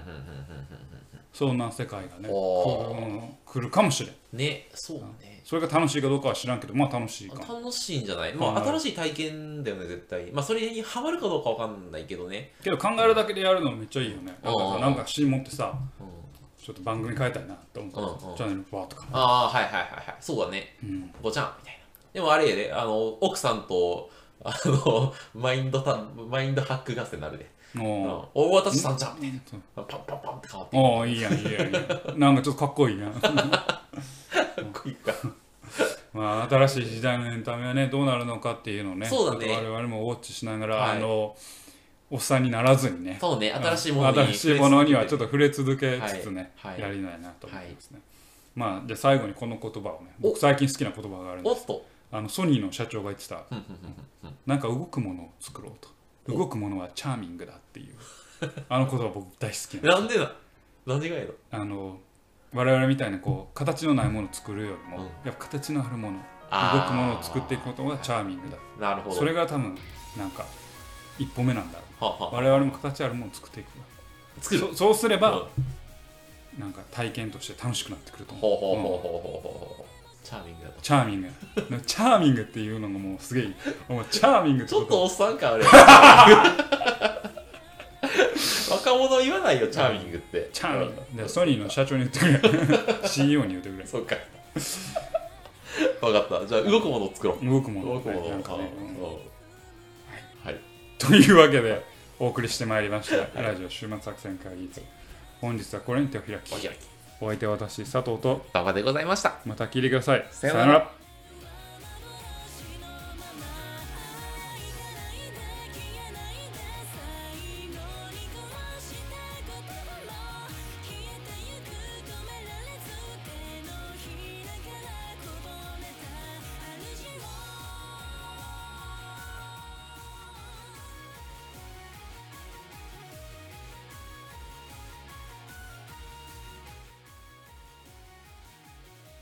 Speaker 1: そんな世界がね
Speaker 2: お
Speaker 1: 来るうん来るかもしれん
Speaker 2: うんねそうね
Speaker 1: それが楽しいかどうかは知らんけどまあ楽しいかも
Speaker 2: 楽しいんじゃないまあ
Speaker 1: はい
Speaker 2: 新しい体験だよね絶対まあそれにハマるかどうかわかんないけどね
Speaker 1: けど考えるだけでやるのめっちゃいいよねだから
Speaker 2: う
Speaker 1: さ
Speaker 2: ん
Speaker 1: なんかシーン持ってさ
Speaker 2: うん
Speaker 1: ちょっと番組変えたいなと思ったら
Speaker 2: うんうん
Speaker 1: チャンネルバーッとか
Speaker 2: ああはいはいはいはいそうだね
Speaker 1: うん
Speaker 2: ごちゃんみたいなでもあれやであの奥さんとあの マインドタマインドハック合戦なるで、うん、
Speaker 1: お
Speaker 2: お私さんじゃんみたい
Speaker 1: そう
Speaker 2: なパンパンパンって変わって
Speaker 1: おーいいやんいいやんいいやんなんかちょっとかっこいいな
Speaker 2: かっこいいから
Speaker 1: まあ新しい時代のエンタメはねどうなるのかっていうのをね
Speaker 2: そうだね
Speaker 1: ちょっと我々もウォッチしながら、
Speaker 2: はい
Speaker 1: あのおっさんにならずにね
Speaker 2: そうね新しいものに
Speaker 1: 新しいものにはちょっと触れ続けつつね、
Speaker 2: はいはい
Speaker 1: やりないなと思いますね、まあじゃあ最後にこの言葉をね
Speaker 2: お
Speaker 1: 僕最近好きな言葉があるんで
Speaker 2: お
Speaker 1: す
Speaker 2: っと
Speaker 1: あのソニーの社長が言ってた
Speaker 2: ふんふんふんふん
Speaker 1: なんか動くものを作ろうと動くものはチャーミングだってい うあの言葉僕大好きなんです
Speaker 2: なんでだなんでがいいの
Speaker 1: あの我々みたいなこう形のないものを作るよりも、
Speaker 2: うん
Speaker 1: やっぱ形のあるもの
Speaker 2: あー
Speaker 1: 動くものを作っていくことがチャーミングだ
Speaker 2: なるほど
Speaker 1: それが多分なんか一歩目なんだろ
Speaker 2: はあ
Speaker 1: う
Speaker 2: はあ
Speaker 1: 我々も形あるものを作っていく
Speaker 2: 作る
Speaker 1: そそうすれ
Speaker 2: うん
Speaker 1: ばなんか体験として楽しくなってくると
Speaker 2: ほ
Speaker 1: 思
Speaker 2: うほ
Speaker 1: う
Speaker 2: うほう
Speaker 1: うん
Speaker 2: ほうほうほうほうチャーミングだと
Speaker 1: チャーミングでもチャーミングっていうのがもうすげえもうチャーミング
Speaker 2: ちょっ
Speaker 1: こと
Speaker 2: おっさん感あるやん若者言わないよチャーミングって
Speaker 1: チャーミングでソニーの社長に言ってくれ CEO に言ってくれ
Speaker 2: そうか分かったじゃあ動くものを作ろう
Speaker 1: 動くもの
Speaker 2: 動
Speaker 1: を
Speaker 2: くものを
Speaker 1: なんかねうん
Speaker 2: うんはい
Speaker 1: というわけでお送りしてまいりましたラジオ週末作戦会議室本日はこれに手を開き
Speaker 2: お開き
Speaker 1: お相手は私佐藤と
Speaker 2: 馬場でございました
Speaker 1: また聞いてください
Speaker 2: さようなら
Speaker 1: ら